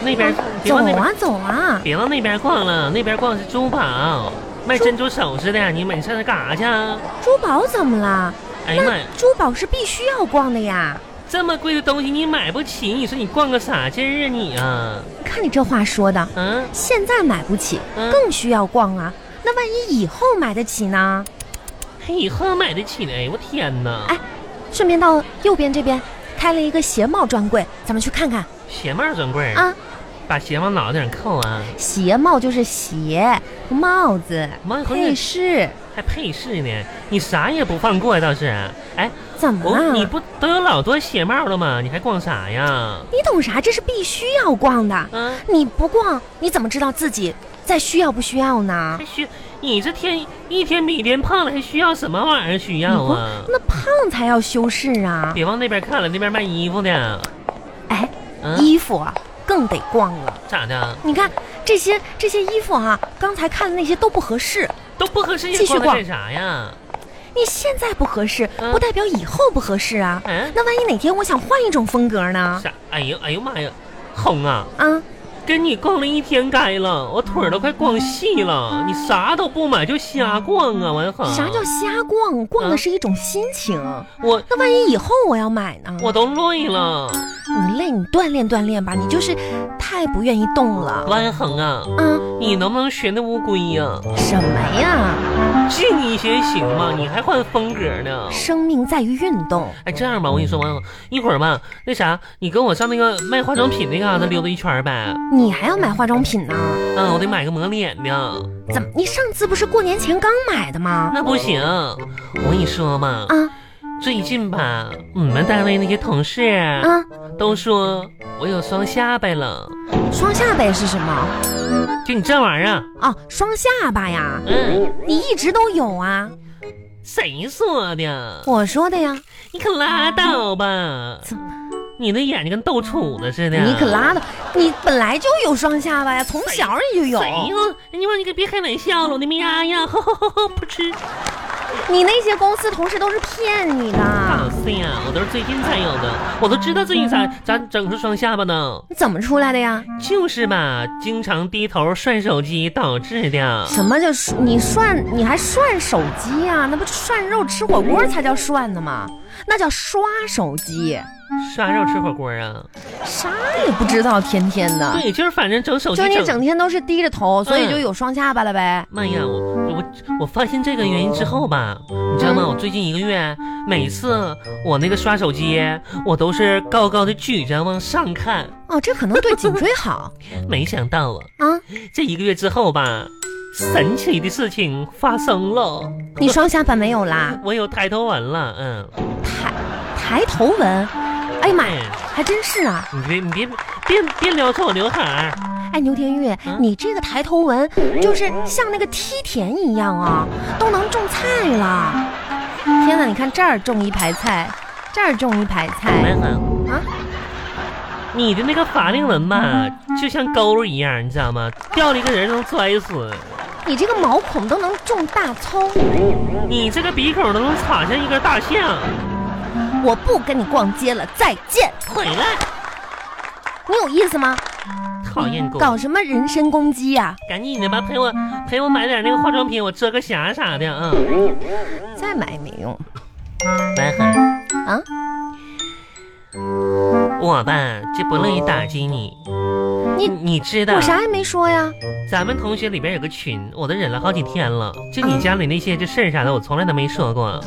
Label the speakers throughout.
Speaker 1: 别往那
Speaker 2: 走
Speaker 1: 边，
Speaker 2: 啊走啊！
Speaker 1: 别往那边逛了，那边逛是珠宝，卖珍珠首饰的，你满上那干啥去啊？
Speaker 2: 珠宝怎么了？
Speaker 1: 哎呀妈呀，
Speaker 2: 珠宝是必须要逛的呀！
Speaker 1: 这么贵的东西你买不起，你说你逛个啥劲儿啊你啊？
Speaker 2: 看你这话说的，
Speaker 1: 嗯、
Speaker 2: 现在买不起，
Speaker 1: 嗯，
Speaker 2: 更需要逛啊。那万一以后买得起呢？
Speaker 1: 还以后买得起呢？哎呦我天哪！
Speaker 2: 哎顺便到右边这边开了一个鞋帽专柜，咱们去看看
Speaker 1: 鞋帽专柜儿，
Speaker 2: 啊。
Speaker 1: 把鞋往脑袋上扣啊，
Speaker 2: 鞋帽就是鞋、帽子、
Speaker 1: 妈和
Speaker 2: 配
Speaker 1: 你
Speaker 2: 饰，
Speaker 1: 还配饰呢，你啥也不放过呀倒是。哎，
Speaker 2: 怎么
Speaker 1: 我、
Speaker 2: 了？
Speaker 1: 你不都有老多鞋帽了吗？你还逛啥呀？
Speaker 2: 你懂啥？这是必须要逛的。
Speaker 1: 嗯、
Speaker 2: 你不逛，你怎么知道自己在需要不需要呢
Speaker 1: 还？需你这天一天比一天胖了，还需要什么玩意儿？需要啊？
Speaker 2: 那胖才要修饰啊！
Speaker 1: 别往那边看了，那边卖衣服的，
Speaker 2: 哎，
Speaker 1: 嗯，
Speaker 2: 衣服啊，更得逛了。
Speaker 1: 咋的
Speaker 2: 你看这些这些衣服啊，刚才看的那些都不合适。
Speaker 1: 都不合适，
Speaker 2: 继续
Speaker 1: 你
Speaker 2: 逛
Speaker 1: 干啥呀？
Speaker 2: 你现在不合适，
Speaker 1: 嗯
Speaker 2: 不代表以后不合适啊。
Speaker 1: 嗯，
Speaker 2: 那万一哪天我想换一种风格呢？
Speaker 1: 啥？哎呦哎呦妈呀，红啊！
Speaker 2: 啊，
Speaker 1: 跟你逛了一天街了，我腿儿都快逛细了。你啥都不买就瞎逛啊，王恒。
Speaker 2: 啥叫瞎逛？逛的
Speaker 1: 嗯
Speaker 2: 是一种心情。
Speaker 1: 我
Speaker 2: 那万一以后我要买呢？
Speaker 1: 我都累了，
Speaker 2: 你累，你锻炼锻炼吧。你就是太不愿意动了。
Speaker 1: 王恒啊，
Speaker 2: 嗯，
Speaker 1: 你能不能学那乌龟呀、
Speaker 2: 什么呀？
Speaker 1: 近一些行吗？你还换风格呢？
Speaker 2: 生命在于运动。
Speaker 1: 哎，这样吧，我跟你说，王恒，一会儿吧，那啥，你跟我上那个卖化妆品那嘎达溜达一圈儿呗。
Speaker 2: 你还要买化妆品呢？
Speaker 1: 嗯，我得买个抹脸的，
Speaker 2: 怎么？你上次不是过年前刚买的吗？
Speaker 1: 那不行。我跟你说嘛，
Speaker 2: 啊
Speaker 1: 最近吧，我们单位那些同事
Speaker 2: 啊！
Speaker 1: 都说我有双下巴了。
Speaker 2: 双下巴是什么？
Speaker 1: 就你这玩意儿啊，
Speaker 2: 哦，双下巴呀，
Speaker 1: 嗯，
Speaker 2: 你一直都有啊。
Speaker 1: 谁说的？
Speaker 2: 我说的呀，
Speaker 1: 你可拉倒吧！
Speaker 2: 怎么？
Speaker 1: 你那眼睛跟豆杵子似的。
Speaker 2: 你可拉倒，你本来就有双下巴呀，从小你就有
Speaker 1: 谁。呀？你妈，你可别开玩笑了！我的妈呀， 呵呵呵呵，不吃
Speaker 2: 你那些公司同事都是骗你的，
Speaker 1: 大塞呀！啊我都是最近才有的，我都知道最近咋
Speaker 2: 嗯
Speaker 1: 咋整出双下巴呢？
Speaker 2: 你怎么出来的呀？
Speaker 1: 就是吧，经常低头涮手机导致的。
Speaker 2: 什么叫涮你涮？你还涮手机呀、那不涮肉吃火锅才叫涮呢吗？那叫刷手机，
Speaker 1: 涮肉吃火锅啊？
Speaker 2: 啥也不知道，天天的。
Speaker 1: 对，就是反正整手机
Speaker 2: 就是你
Speaker 1: 整。
Speaker 2: 整天都是低着头，所以
Speaker 1: 嗯
Speaker 2: 就有双下巴了呗。
Speaker 1: 妈呀，我我我发现这个原因之后吧，你知道
Speaker 2: 嗯
Speaker 1: 吗？我最近一个月，每次我那个刷手机，我都是高高的举着往上看。
Speaker 2: 哦，这可能对颈椎好
Speaker 1: 没想到啊，
Speaker 2: 啊。
Speaker 1: 这一个月之后吧，神奇的事情发生了，
Speaker 2: 你双下巴没有啦？
Speaker 1: 我有抬头纹了。嗯，
Speaker 2: 抬抬头纹，哎呀妈呀，
Speaker 1: 哎，
Speaker 2: 还真是啊！
Speaker 1: 你别你别别别撩出我啊刘海儿，
Speaker 2: 哎，牛天玉，
Speaker 1: 嗯
Speaker 2: 你这个抬头纹就是像那个梯田一样啊，都能种菜了。天哪，你看这儿种一排菜，这儿种一排菜
Speaker 1: 文恒。
Speaker 2: 啊！
Speaker 1: 你的那个法令纹吧，就像钩儿一样，你知道吗？掉了一个人能摔死。
Speaker 2: 你这个毛孔都能种大葱，
Speaker 1: 你这个鼻孔都能插上一根大象。
Speaker 2: 我不跟你逛街了，再见！
Speaker 1: 回来。
Speaker 2: 你有意思吗？
Speaker 1: 讨厌狗，
Speaker 2: 搞什么人身攻击呀、
Speaker 1: 赶紧的吧，陪我陪我买点那个化妆品，我遮个瑕啥的啊。
Speaker 2: 再买也没用。
Speaker 1: 白涵，
Speaker 2: 啊，
Speaker 1: 我吧就不乐意打击你。
Speaker 2: 你
Speaker 1: 你知道
Speaker 2: 我，啥也没说呀。
Speaker 1: 咱们同学里边有个群，我都忍了好几天了。就你家里那些这事儿啥的，我从来都没说过。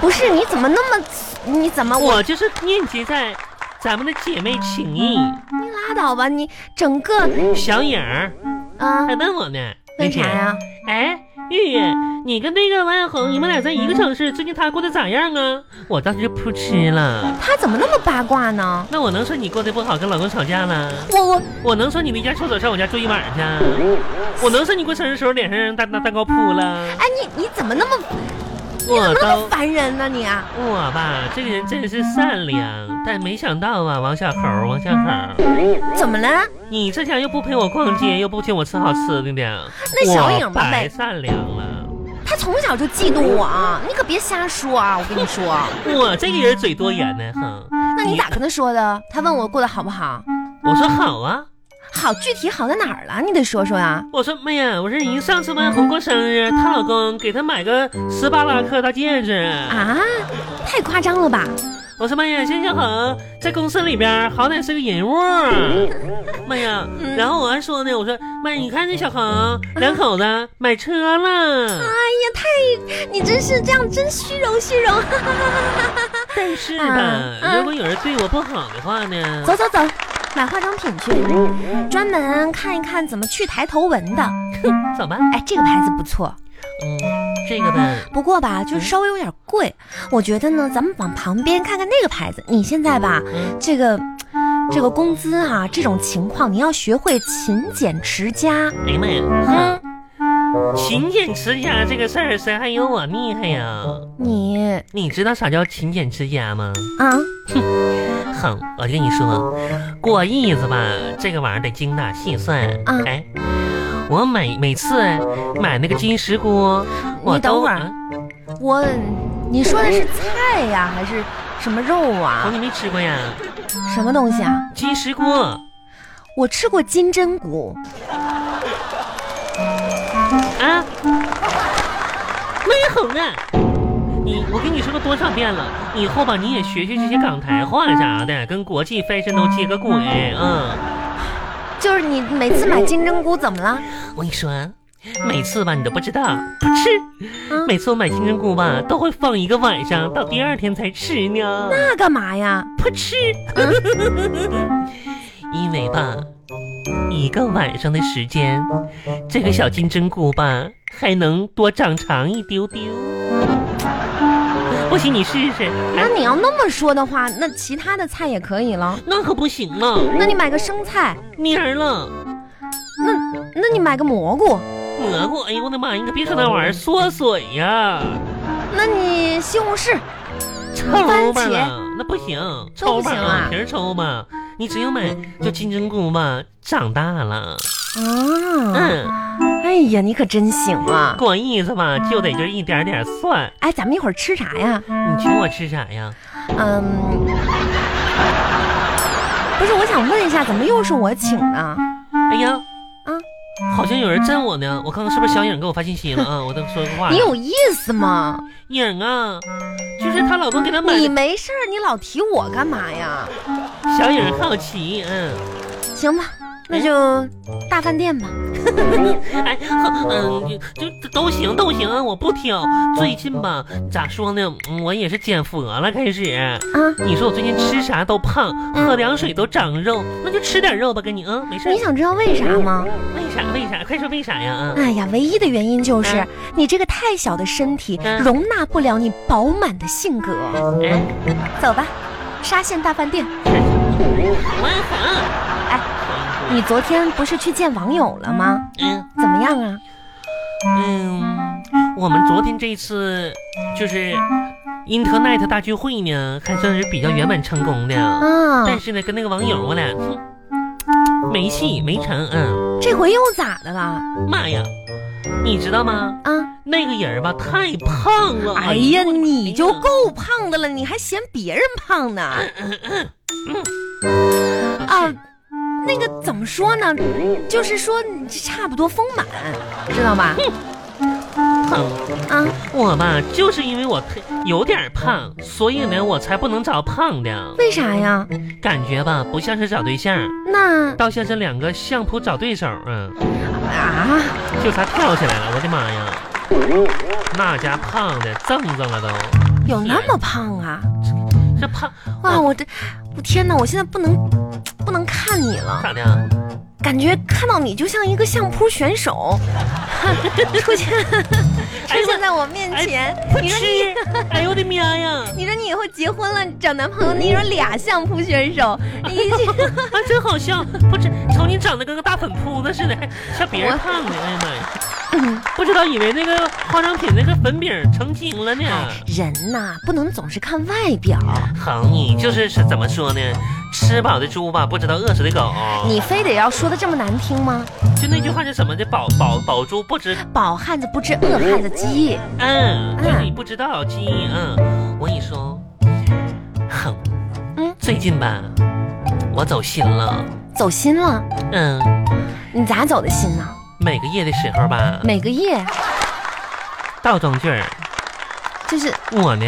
Speaker 2: 不是，你怎么那么，你怎么我
Speaker 1: 啊我就是念及在咱们的姐妹情谊。
Speaker 2: 你拉倒吧，你整个
Speaker 1: 小影儿
Speaker 2: 啊
Speaker 1: 还，问我呢，那
Speaker 2: 为
Speaker 1: 天
Speaker 2: 嗯啥呀？
Speaker 1: 哎，玉玉，你跟那个王小红，你们俩在一个城市，最近她过得咋样啊？我当时就扑哧了。
Speaker 2: 他怎么那么八卦呢？
Speaker 1: 那我能说你过得不好，跟老公吵架了？
Speaker 2: 我我
Speaker 1: 我能说你离家出走上我家住一晚上？我能说你过生日时候脸上让大大蛋糕铺了？
Speaker 2: 哎，你你怎么那么
Speaker 1: 我
Speaker 2: 那么
Speaker 1: 都
Speaker 2: 烦人呢你啊？
Speaker 1: 我吧，这个人真是善良，但没想到啊，王小猴，王小猴，
Speaker 2: 怎么了？
Speaker 1: 你这家又不陪我逛街，又不请我吃好吃的的，
Speaker 2: 嗯那小影
Speaker 1: 我
Speaker 2: 吧
Speaker 1: 白
Speaker 2: 呗，
Speaker 1: 善良了。
Speaker 2: 他从小就嫉妒我啊！你可别瞎说啊！我跟你说，
Speaker 1: 我这个人嘴多言呢，哼。
Speaker 2: 那你咋跟他说的？他问我过得好不好？
Speaker 1: 我说好啊，
Speaker 2: 好具体好在哪儿了？你得说说啊呀、
Speaker 1: 我说妹呀，我说人上次问红过生日，她老公给她买个斯巴达克大戒指。
Speaker 2: 啊！太夸张了吧？
Speaker 1: 我说妈呀，谢小恒在公司里边儿好歹是个人物。
Speaker 2: 嗯
Speaker 1: 妈呀，然后我还说呢，我说妈，你看这小恒两口子买车
Speaker 2: 啊
Speaker 1: 了，
Speaker 2: 哎呀，太你真是这样，真虚荣虚荣。
Speaker 1: 但是
Speaker 2: 啊
Speaker 1: 吧，
Speaker 2: 啊
Speaker 1: 如果有人对我不好的话呢，
Speaker 2: 嗯走走走，买化妆品去，专门看一看怎么去抬头纹的。
Speaker 1: 走吧，
Speaker 2: 哎，这个牌子不错，
Speaker 1: 嗯，这个吧，
Speaker 2: 不过吧，就是稍微有点贵。我觉得呢，咱们往旁边看看那个牌子。你现在吧，
Speaker 1: 嗯，
Speaker 2: 这个这个工资啊，这种情况你要学会勤俭持家。
Speaker 1: 哎呀妈呀，
Speaker 2: 嗯，
Speaker 1: 勤俭持家这个事儿谁还有我厉害呀？
Speaker 2: 你
Speaker 1: 你知道啥叫勤俭持家吗？
Speaker 2: 啊，
Speaker 1: 哼，我就跟你说，过日子吧，这个玩意儿得精打细算。
Speaker 2: 啊
Speaker 1: 哎，我每每次买那个金石锅，我
Speaker 2: 你等
Speaker 1: 都
Speaker 2: 会儿
Speaker 1: 啊
Speaker 2: 我你说的是菜呀、还是什么肉
Speaker 1: 哦，
Speaker 2: 啊？
Speaker 1: 你没吃过呀？
Speaker 2: 什么东西啊？
Speaker 1: 金石锅，
Speaker 2: 我吃过金针菇，
Speaker 1: 啊，没有呢。你，我跟你说过多少遍了，以后吧你也学学这些港台话啥的，跟国际 fashion 都接个轨。嗯，
Speaker 2: 就是你每次买金针菇怎么了？
Speaker 1: 我跟你说啊，每次吧你都不知道，不吃。
Speaker 2: 嗯
Speaker 1: 每次我买金针菇吧，都会放一个晚上，到第二天才吃呢。
Speaker 2: 那干嘛呀？
Speaker 1: 不吃，嗯 因为吧，一个晚上的时间，这个小金针菇吧，还能多长长一丢丢。不信你试试，
Speaker 2: 那你要那么说的话，那其他的菜也可以了。
Speaker 1: 那可不行了，
Speaker 2: 那你买个生菜，
Speaker 1: 蔫儿了。
Speaker 2: 那那你买个蘑菇，
Speaker 1: 蘑菇，哎呦我的妈！你可别说那玩意儿缩水呀，
Speaker 2: 那你西红柿，
Speaker 1: 抽
Speaker 2: 番
Speaker 1: 吧
Speaker 2: 茄
Speaker 1: 了，那不行，
Speaker 2: 都
Speaker 1: 抽
Speaker 2: 不
Speaker 1: 吧
Speaker 2: 行啊
Speaker 1: 皮儿抽吧。你只有买就金针菇吧，长大了，
Speaker 2: 啊，
Speaker 1: 嗯，
Speaker 2: 哎呀，你可真行啊！
Speaker 1: 过日子吧就得就一点点算。
Speaker 2: 哎，咱们一会儿吃啥呀？
Speaker 1: 你请我吃啥呀？
Speaker 2: 嗯，不是，我想问一下，怎么又是我请呢？
Speaker 1: 哎呀，
Speaker 2: 啊，
Speaker 1: 好像有人震我呢。我看看是不是小影给我发信息了啊？我都说个话。
Speaker 2: 你有意思吗？
Speaker 1: 影啊？就是她老公给她买
Speaker 2: 你
Speaker 1: 的。
Speaker 2: 没事儿，你老提我干嘛呀？
Speaker 1: 小影好奇，嗯，
Speaker 2: 行吧，那就大饭店吧。
Speaker 1: 哎，好嗯，就就都行都行，啊我不挑。最近吧，咋说呢？嗯我也是减佛了，开始。
Speaker 2: 啊，
Speaker 1: 你说我最近吃啥都胖，
Speaker 2: 嗯
Speaker 1: 喝凉水都长肉，那就吃点肉吧，跟你啊，没事儿
Speaker 2: 你。想知道为啥吗？
Speaker 1: 为啥？为啥？快说为啥呀？啊，
Speaker 2: 哎呀，唯一的原因就是
Speaker 1: 嗯
Speaker 2: 你这个太小的身体
Speaker 1: 嗯
Speaker 2: 容纳不了你饱满的性格。
Speaker 1: 哎，
Speaker 2: 走吧，沙县大饭店。
Speaker 1: 万恒，
Speaker 2: 哎，你昨天不是去见网友了吗？
Speaker 1: 嗯。
Speaker 2: 怎么样啊？
Speaker 1: 嗯，我们昨天这次就是 Internet 大聚会呢，还算是比较圆满成功的。
Speaker 2: 啊，
Speaker 1: 但是呢，跟那个网友我俩哼没戏没成。嗯，
Speaker 2: 这回又咋的了？啊
Speaker 1: 妈呀，你知道吗？那个人吧，太胖了。
Speaker 2: 哎呀，
Speaker 1: 我的
Speaker 2: 你就
Speaker 1: 妈呀
Speaker 2: 够胖的了，你还嫌别人胖呢？
Speaker 1: 嗯
Speaker 2: 啊，那个怎么说呢？就是说你这差不多丰满，知道吧？
Speaker 1: 哼
Speaker 2: 啊，
Speaker 1: 我吧，就是因为我特有点胖，所以呢，我才不能找胖的。
Speaker 2: 为啥呀？
Speaker 1: 感觉吧，不像是找对象，
Speaker 2: 那
Speaker 1: 倒像是两个相扑找对手。嗯。
Speaker 2: 啊，
Speaker 1: 就他跳起来了，我的妈呀！那家胖的锃锃了都，
Speaker 2: 有那么胖啊？
Speaker 1: 嗯这胖哎
Speaker 2: 哇，我这，我天哪！我现在不能，不能看你了，
Speaker 1: 咋的？啊
Speaker 2: 感觉看到你就像一个相扑选手， 出现出
Speaker 1: 哎
Speaker 2: 现在我面
Speaker 1: 哎
Speaker 2: 前。
Speaker 1: 不
Speaker 2: 你说你
Speaker 1: 吃！哎呦我的妈呀！
Speaker 2: 你说你以后结婚了找男朋友，你说俩相扑选手，你这
Speaker 1: 啊，真好笑！不吃，瞅你长得跟个大粉扑子似的，还像别人胖的。哎呀妈呀！
Speaker 2: 嗯
Speaker 1: 不知道以为那个化妆品那个粉饼成精了呢。
Speaker 2: 人呐，不能总是看外表。
Speaker 1: 好，你就是是怎么说呢？吃饱的猪吧，不知道饿死的狗。
Speaker 2: 你非得要说的这么难听吗？
Speaker 1: 就那句话是什么的？饱饱饱猪不知
Speaker 2: 饱汉子不知饿汉子饥。
Speaker 1: 嗯，就是你不知道基因。嗯，我跟你说，哼，
Speaker 2: 嗯
Speaker 1: 最近吧，我走心了。
Speaker 2: 走心了？
Speaker 1: 嗯，
Speaker 2: 你咋走的心呢？
Speaker 1: 每个夜的时候吧，
Speaker 2: 每个夜
Speaker 1: 倒装句儿，
Speaker 2: 就是，
Speaker 1: 我呢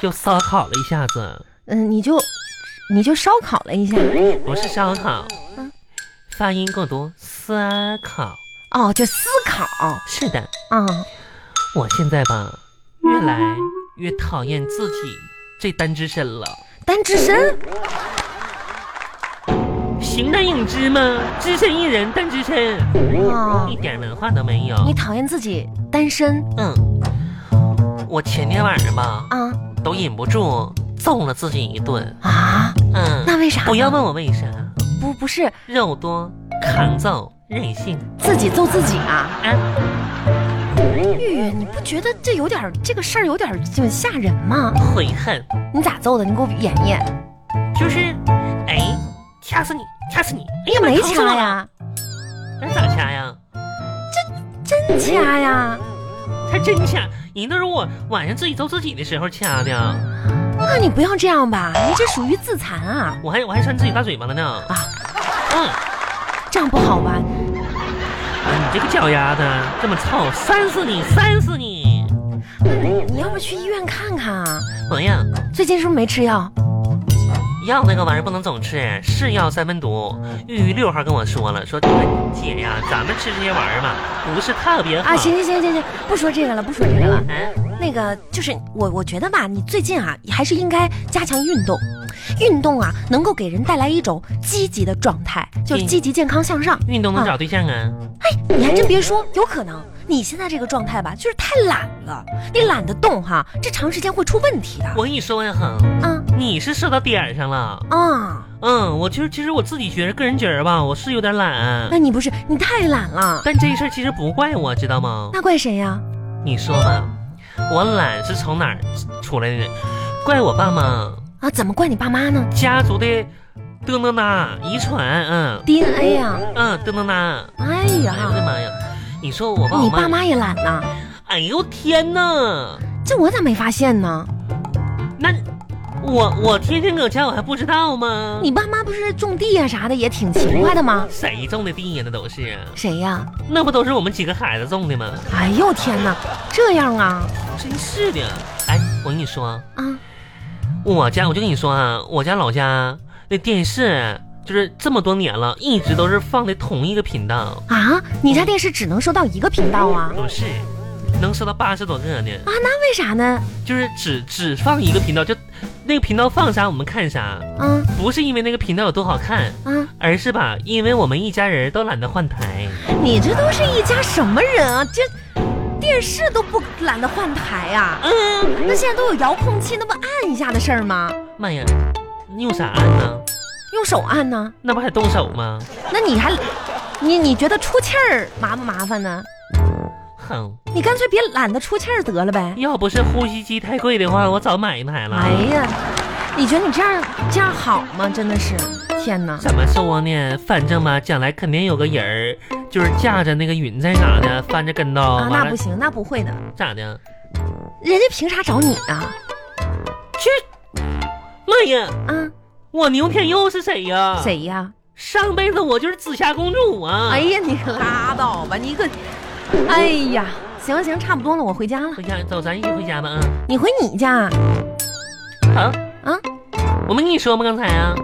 Speaker 1: 就烧烤了一下子，
Speaker 2: 嗯、你就你就烧烤了一下，
Speaker 1: 不是烧烤
Speaker 2: 嗯，
Speaker 1: 发音过多，思考。
Speaker 2: 哦，就思考
Speaker 1: 是的，
Speaker 2: 啊、
Speaker 1: 我现在吧，越来越讨厌自己这单只身了。
Speaker 2: 单只身，
Speaker 1: 形单影只吗？只身一人，单只身，
Speaker 2: 啊
Speaker 1: 一点文化都没有。
Speaker 2: 你讨厌自己单身
Speaker 1: 嗯，我前天晚上吧，
Speaker 2: 啊
Speaker 1: 都忍不住揍了自己一顿。
Speaker 2: 啊？
Speaker 1: 嗯，
Speaker 2: 那为啥呢？
Speaker 1: 不要问我为啥，
Speaker 2: 不不是
Speaker 1: 肉多扛揍，任性
Speaker 2: 自己揍自己啊？
Speaker 1: 啊！
Speaker 2: 玉玉，你不觉得这有点儿这个事儿有点儿就吓人吗？
Speaker 1: 悔恨
Speaker 2: 你咋揍的？你给我演一演。
Speaker 1: 就是，哎，掐死你，掐死你！哎
Speaker 2: 也
Speaker 1: 呀妈，
Speaker 2: 没啊
Speaker 1: 疼死我了！
Speaker 2: 掐呀，
Speaker 1: 那咋掐呀？
Speaker 2: 真掐呀！
Speaker 1: 他真掐，你那是我晚上自己揍自己的时候掐的，
Speaker 2: 那你不要这样吧，你这属于自残啊！
Speaker 1: 我还我还扇自己大嘴巴了呢。
Speaker 2: 啊，
Speaker 1: 嗯，
Speaker 2: 这样不好吧？
Speaker 1: 你这个脚丫子这么臭，扇死你，扇死你！
Speaker 2: 你要不去医院看看啊？
Speaker 1: 朋友，
Speaker 2: 最近是不是没吃药？
Speaker 1: 药那个玩意儿不能总吃，是药三分毒。玉玉六号跟我说了，说姐呀，咱们吃这些玩意儿嘛，不是特别 好。
Speaker 2: 啊，行行行行行，不说这个了，不说这个了。
Speaker 1: 哎，
Speaker 2: 那个就是我，我觉得吧，你最近啊，还是应该加强运动。运动啊，能够给人带来一种积极的状态，就是
Speaker 1: 嗯
Speaker 2: 积极、健康、向上。
Speaker 1: 运动能找对象啊？
Speaker 2: 你还真别说，有可能你现在这个状态吧，就是太懒了，你懒得动哈，这长时间会出问题的。
Speaker 1: 我跟你说呀，哼，
Speaker 2: 啊
Speaker 1: 你是射到点儿上了。
Speaker 2: 啊，
Speaker 1: 嗯，我其实其实我自己觉得，个人觉得吧，我是有点懒啊
Speaker 2: 那，你不是你太懒了，
Speaker 1: 但这事儿其实不怪我，知道吗？
Speaker 2: 那怪谁呀？
Speaker 1: 你说吧，我懒是从哪儿出来的？怪我爸妈。
Speaker 2: 啊，怎么怪你爸妈呢
Speaker 1: 家族的嗯嘚嘚呐，遗传，嗯
Speaker 2: ？DNA 呀、
Speaker 1: 嗯，嘚嘚呐，
Speaker 2: 啊哎
Speaker 1: 哎呀我的
Speaker 2: 呀，
Speaker 1: 妈呀！你说我爸我
Speaker 2: 你
Speaker 1: 妈，
Speaker 2: 爸妈也懒呐，
Speaker 1: 哎呦天呐，
Speaker 2: 这我咋没发现呢？
Speaker 1: 那我我天天搁家我还不知道吗？
Speaker 2: 你爸妈不是种地呀、啥的也挺勤快的吗？
Speaker 1: 谁种的地呀？那都是，啊
Speaker 2: 谁呀？
Speaker 1: 那不都是我们几个孩子种的吗？
Speaker 2: 哎呦天哪，这样啊
Speaker 1: 真是的，哎，我跟你说，
Speaker 2: 啊
Speaker 1: 我家我就跟你说啊，我家老家那电视啊就是这么多年了，一直都是放的同一个频道，
Speaker 2: 啊！你家电视只能收到一个频道啊？
Speaker 1: 不是，能收到八十多个呢。
Speaker 2: 啊，那为啥呢？
Speaker 1: 就是只只放一个频道，就那个频道放啥我们看啥，
Speaker 2: 啊
Speaker 1: 不是因为那个频道有多好看，
Speaker 2: 啊！
Speaker 1: 而是吧，因为我们一家人都懒得换台。
Speaker 2: 你这都是一家什么人啊？这电视都不懒得换台呀、
Speaker 1: 嗯，
Speaker 2: 那现在都有遥控器，那不按一下的事儿吗？
Speaker 1: 妈呀，你用啥按呢？
Speaker 2: 用手按呢？
Speaker 1: 那不还动手吗？
Speaker 2: 那你还，你你觉得出气儿麻不麻烦呢？
Speaker 1: 哼，
Speaker 2: 你干脆别懒得出气儿得了呗。
Speaker 1: 要不是呼吸机太贵的话，我早买一台了。
Speaker 2: 哎呀，你觉得你这样这样好吗？真的是，天哪！
Speaker 1: 怎么说呢？反正吧，将来肯定有个人儿，就是架着那个云彩啥的，翻着跟头，
Speaker 2: 啊，
Speaker 1: 哦
Speaker 2: 那
Speaker 1: 完
Speaker 2: 不
Speaker 1: 了
Speaker 2: 行，那不会的，
Speaker 1: 咋的？
Speaker 2: 人家凭啥找你啊？
Speaker 1: 妈呀，
Speaker 2: 啊，
Speaker 1: 我牛天佑是谁呀？？
Speaker 2: 谁呀？
Speaker 1: 上辈子我就是紫霞公主啊！
Speaker 2: 哎呀，你拉倒吧，你可，哎呀，行了行，差不多了，我回家了。
Speaker 1: 回家走，咱一起回家吧。
Speaker 2: 你回你家，
Speaker 1: 嗯，好
Speaker 2: 啊，
Speaker 1: 我没跟你说吗？刚才啊，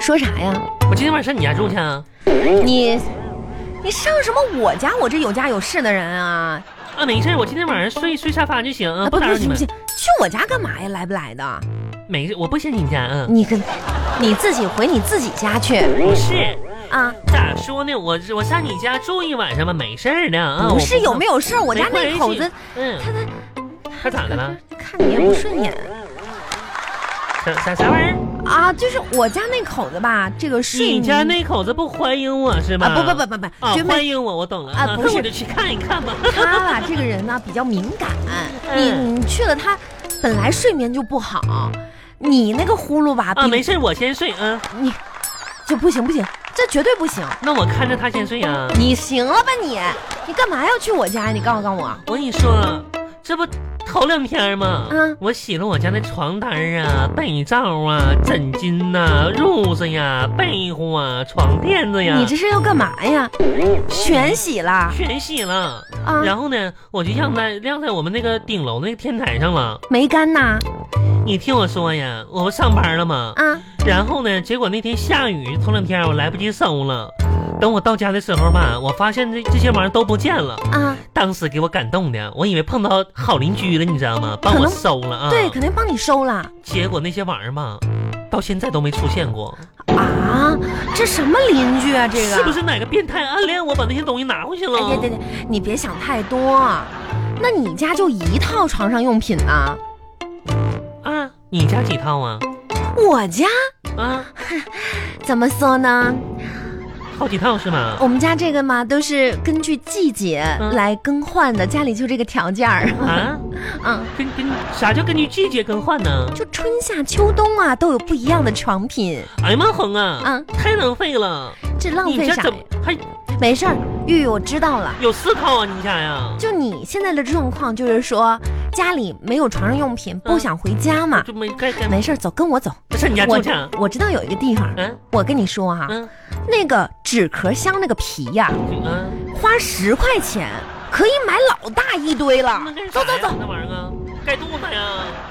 Speaker 2: 说啥呀？
Speaker 1: 我今天晚上上你家住去啊？
Speaker 2: 你，你上什么我家？我这有家有室的人啊！
Speaker 1: 啊，没事儿，我今天晚上睡睡沙发就行，啊，
Speaker 2: 啊不
Speaker 1: 打
Speaker 2: 不
Speaker 1: 扰
Speaker 2: 行
Speaker 1: 你
Speaker 2: 不
Speaker 1: 们
Speaker 2: 行。，去我家干嘛呀？来不来的？
Speaker 1: 没事，我不嫌你家啊。
Speaker 2: 你跟你自己回你自己家去
Speaker 1: 不是，
Speaker 2: 啊！
Speaker 1: 咋说呢？我我上你家住一晚上吧，没事儿的啊。
Speaker 2: 不是有没
Speaker 1: 有？
Speaker 2: 有事儿，我家
Speaker 1: 没关
Speaker 2: 那
Speaker 1: 系
Speaker 2: 口子
Speaker 1: 嗯，
Speaker 2: 他他
Speaker 1: 他咋的了？
Speaker 2: 看你也不顺眼
Speaker 1: 啥啥啥玩意儿？
Speaker 2: 啊！就是我家那口子吧，这个睡
Speaker 1: 你
Speaker 2: 迷
Speaker 1: 家那口子不欢迎我是吗？
Speaker 2: 啊不不不不
Speaker 1: 啊
Speaker 2: 不，绝，
Speaker 1: 欢
Speaker 2: 没
Speaker 1: 迎我，我懂了
Speaker 2: 啊不是
Speaker 1: 那我就去看一看吧。
Speaker 2: 他吧这个人呢比较敏感，你
Speaker 1: 嗯
Speaker 2: 你去了他本来睡眠就不好，你那个呼噜吧
Speaker 1: 啊，没
Speaker 2: 比
Speaker 1: 事儿，我先睡啊。
Speaker 2: 你就不行不行，这绝对不行！
Speaker 1: 那我看着他先睡啊。
Speaker 2: 你行了吧你？你干嘛要去我家呀？你告诉告诉我，
Speaker 1: 我跟你说，这不头两天嘛，
Speaker 2: 嗯
Speaker 1: 我洗了我家的床单儿啊、被罩啊、枕巾呐、褥子呀、被褥啊、床垫子呀，
Speaker 2: 你这是要干嘛呀？全洗了
Speaker 1: 全洗了。
Speaker 2: 啊？
Speaker 1: 然后呢，我就晾在晾在我们那个顶楼那个天台上了。
Speaker 2: 没干呐？
Speaker 1: 你听我说呀，我不上班了吗？
Speaker 2: 啊，
Speaker 1: 然后呢，结果那天下雨，头两天我来不及收了。等我到家的时候吧，我发现这这些玩意儿都不见了，
Speaker 2: 啊，
Speaker 1: 当时给我感动的，我以为碰到好邻居了，你知道吗？帮
Speaker 2: 可
Speaker 1: 我
Speaker 2: 能
Speaker 1: 收了啊。
Speaker 2: 对，肯定帮你收了
Speaker 1: 结果那些玩意儿吧，到现在都没出现过，
Speaker 2: 啊！这什么邻居啊？这个
Speaker 1: 是不是哪个变态暗恋我把那些东西拿回去了？
Speaker 2: 哎，对对对，你别想太多。啊那你家就一套床上用品呢？
Speaker 1: 啊，你家几套啊？
Speaker 2: 我家
Speaker 1: 啊，
Speaker 2: 怎么说呢？
Speaker 1: 好几套是吗？
Speaker 2: 我们家这个嘛，都是根据季节
Speaker 1: 嗯
Speaker 2: 来更换的，家里就这个条件儿。
Speaker 1: 啊，
Speaker 2: 嗯，
Speaker 1: 跟跟啥叫根据季节更换呢？
Speaker 2: 就春夏秋冬啊，都有不一样的床品。
Speaker 1: 哎呀妈，红啊，
Speaker 2: 嗯
Speaker 1: 太浪费了！
Speaker 2: 这浪
Speaker 1: 你
Speaker 2: 费
Speaker 1: 家
Speaker 2: 啥
Speaker 1: 怎
Speaker 2: 呀
Speaker 1: 么？还
Speaker 2: 没事儿，玉玉，我知道了。
Speaker 1: 有四套啊？你家呀？
Speaker 2: 就你现在的状况，就是说家里没有床上用品，不
Speaker 1: 嗯
Speaker 2: 想回家嘛。
Speaker 1: 就没该该
Speaker 2: 没事儿，走，跟我走。
Speaker 1: 上你家
Speaker 2: 我
Speaker 1: 住去啊？
Speaker 2: 我知道有一个地方，
Speaker 1: 嗯
Speaker 2: 我跟你说哈、
Speaker 1: 嗯
Speaker 2: 那个纸壳箱那个皮呀、
Speaker 1: 嗯，
Speaker 2: 花十块钱可以买老大一堆了
Speaker 1: 那。干啥
Speaker 2: 走走
Speaker 1: 呀
Speaker 2: 走，
Speaker 1: 那玩意儿啊，盖肚子呀？